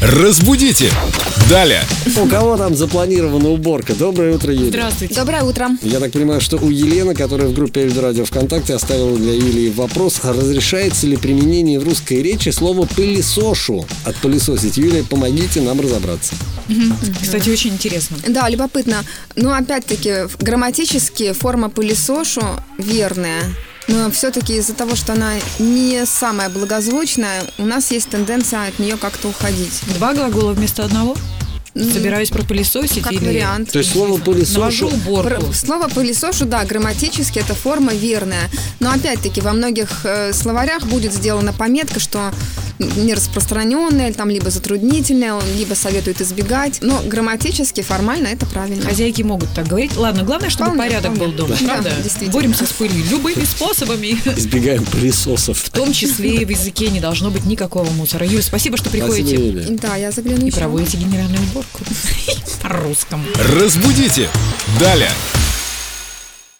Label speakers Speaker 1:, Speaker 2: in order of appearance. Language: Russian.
Speaker 1: Разбудите! Далее!
Speaker 2: У кого там запланирована уборка? Доброе утро, Юля.
Speaker 3: Здравствуйте.
Speaker 4: Доброе утро.
Speaker 2: Я так понимаю, что у Елены, которая в группе Эльдо Радио ВКонтакте оставила для Юлии вопрос, а разрешается ли применение в русской речи слова «пылесошу» от «пылесосить». Юлия, помогите нам разобраться.
Speaker 3: Кстати, очень интересно.
Speaker 4: Да, любопытно. Но опять-таки, в- грамматически форма пылесошу верная. Но все-таки из-за того, что она не самая благозвучная, у нас есть тенденция от нее как-то уходить.
Speaker 3: Два глагола вместо одного? Собираюсь пропылесосить
Speaker 4: Ну, Как
Speaker 3: или...
Speaker 4: вариант.
Speaker 2: То есть слово
Speaker 3: Навожу
Speaker 2: «пылесошу»
Speaker 3: уборку.
Speaker 4: Пр- Слово пылесошу, да, грамматически это форма верная. Но опять-таки во многих э, словарях будет сделана пометка, что нераспространенная, там либо затруднительная, либо советуют избегать. Но грамматически, формально это правильно.
Speaker 3: Хозяйки могут так говорить. Ладно, главное, чтобы
Speaker 4: Вполне,
Speaker 3: порядок
Speaker 4: вполне.
Speaker 3: был дома,
Speaker 4: Да.
Speaker 3: правда?
Speaker 4: Да, действительно.
Speaker 3: Боремся с пылью любыми способами.
Speaker 2: избегаем пылесосов.
Speaker 3: В том числе и в языке не должно быть никакого мусора. Юль, спасибо, что
Speaker 2: Спасибо,
Speaker 3: приходите
Speaker 2: Юлия.
Speaker 4: Да, я загляну
Speaker 3: и
Speaker 4: еще.
Speaker 3: проводите генеральную уборку. По-русскому.
Speaker 1: Разбудите! Далее!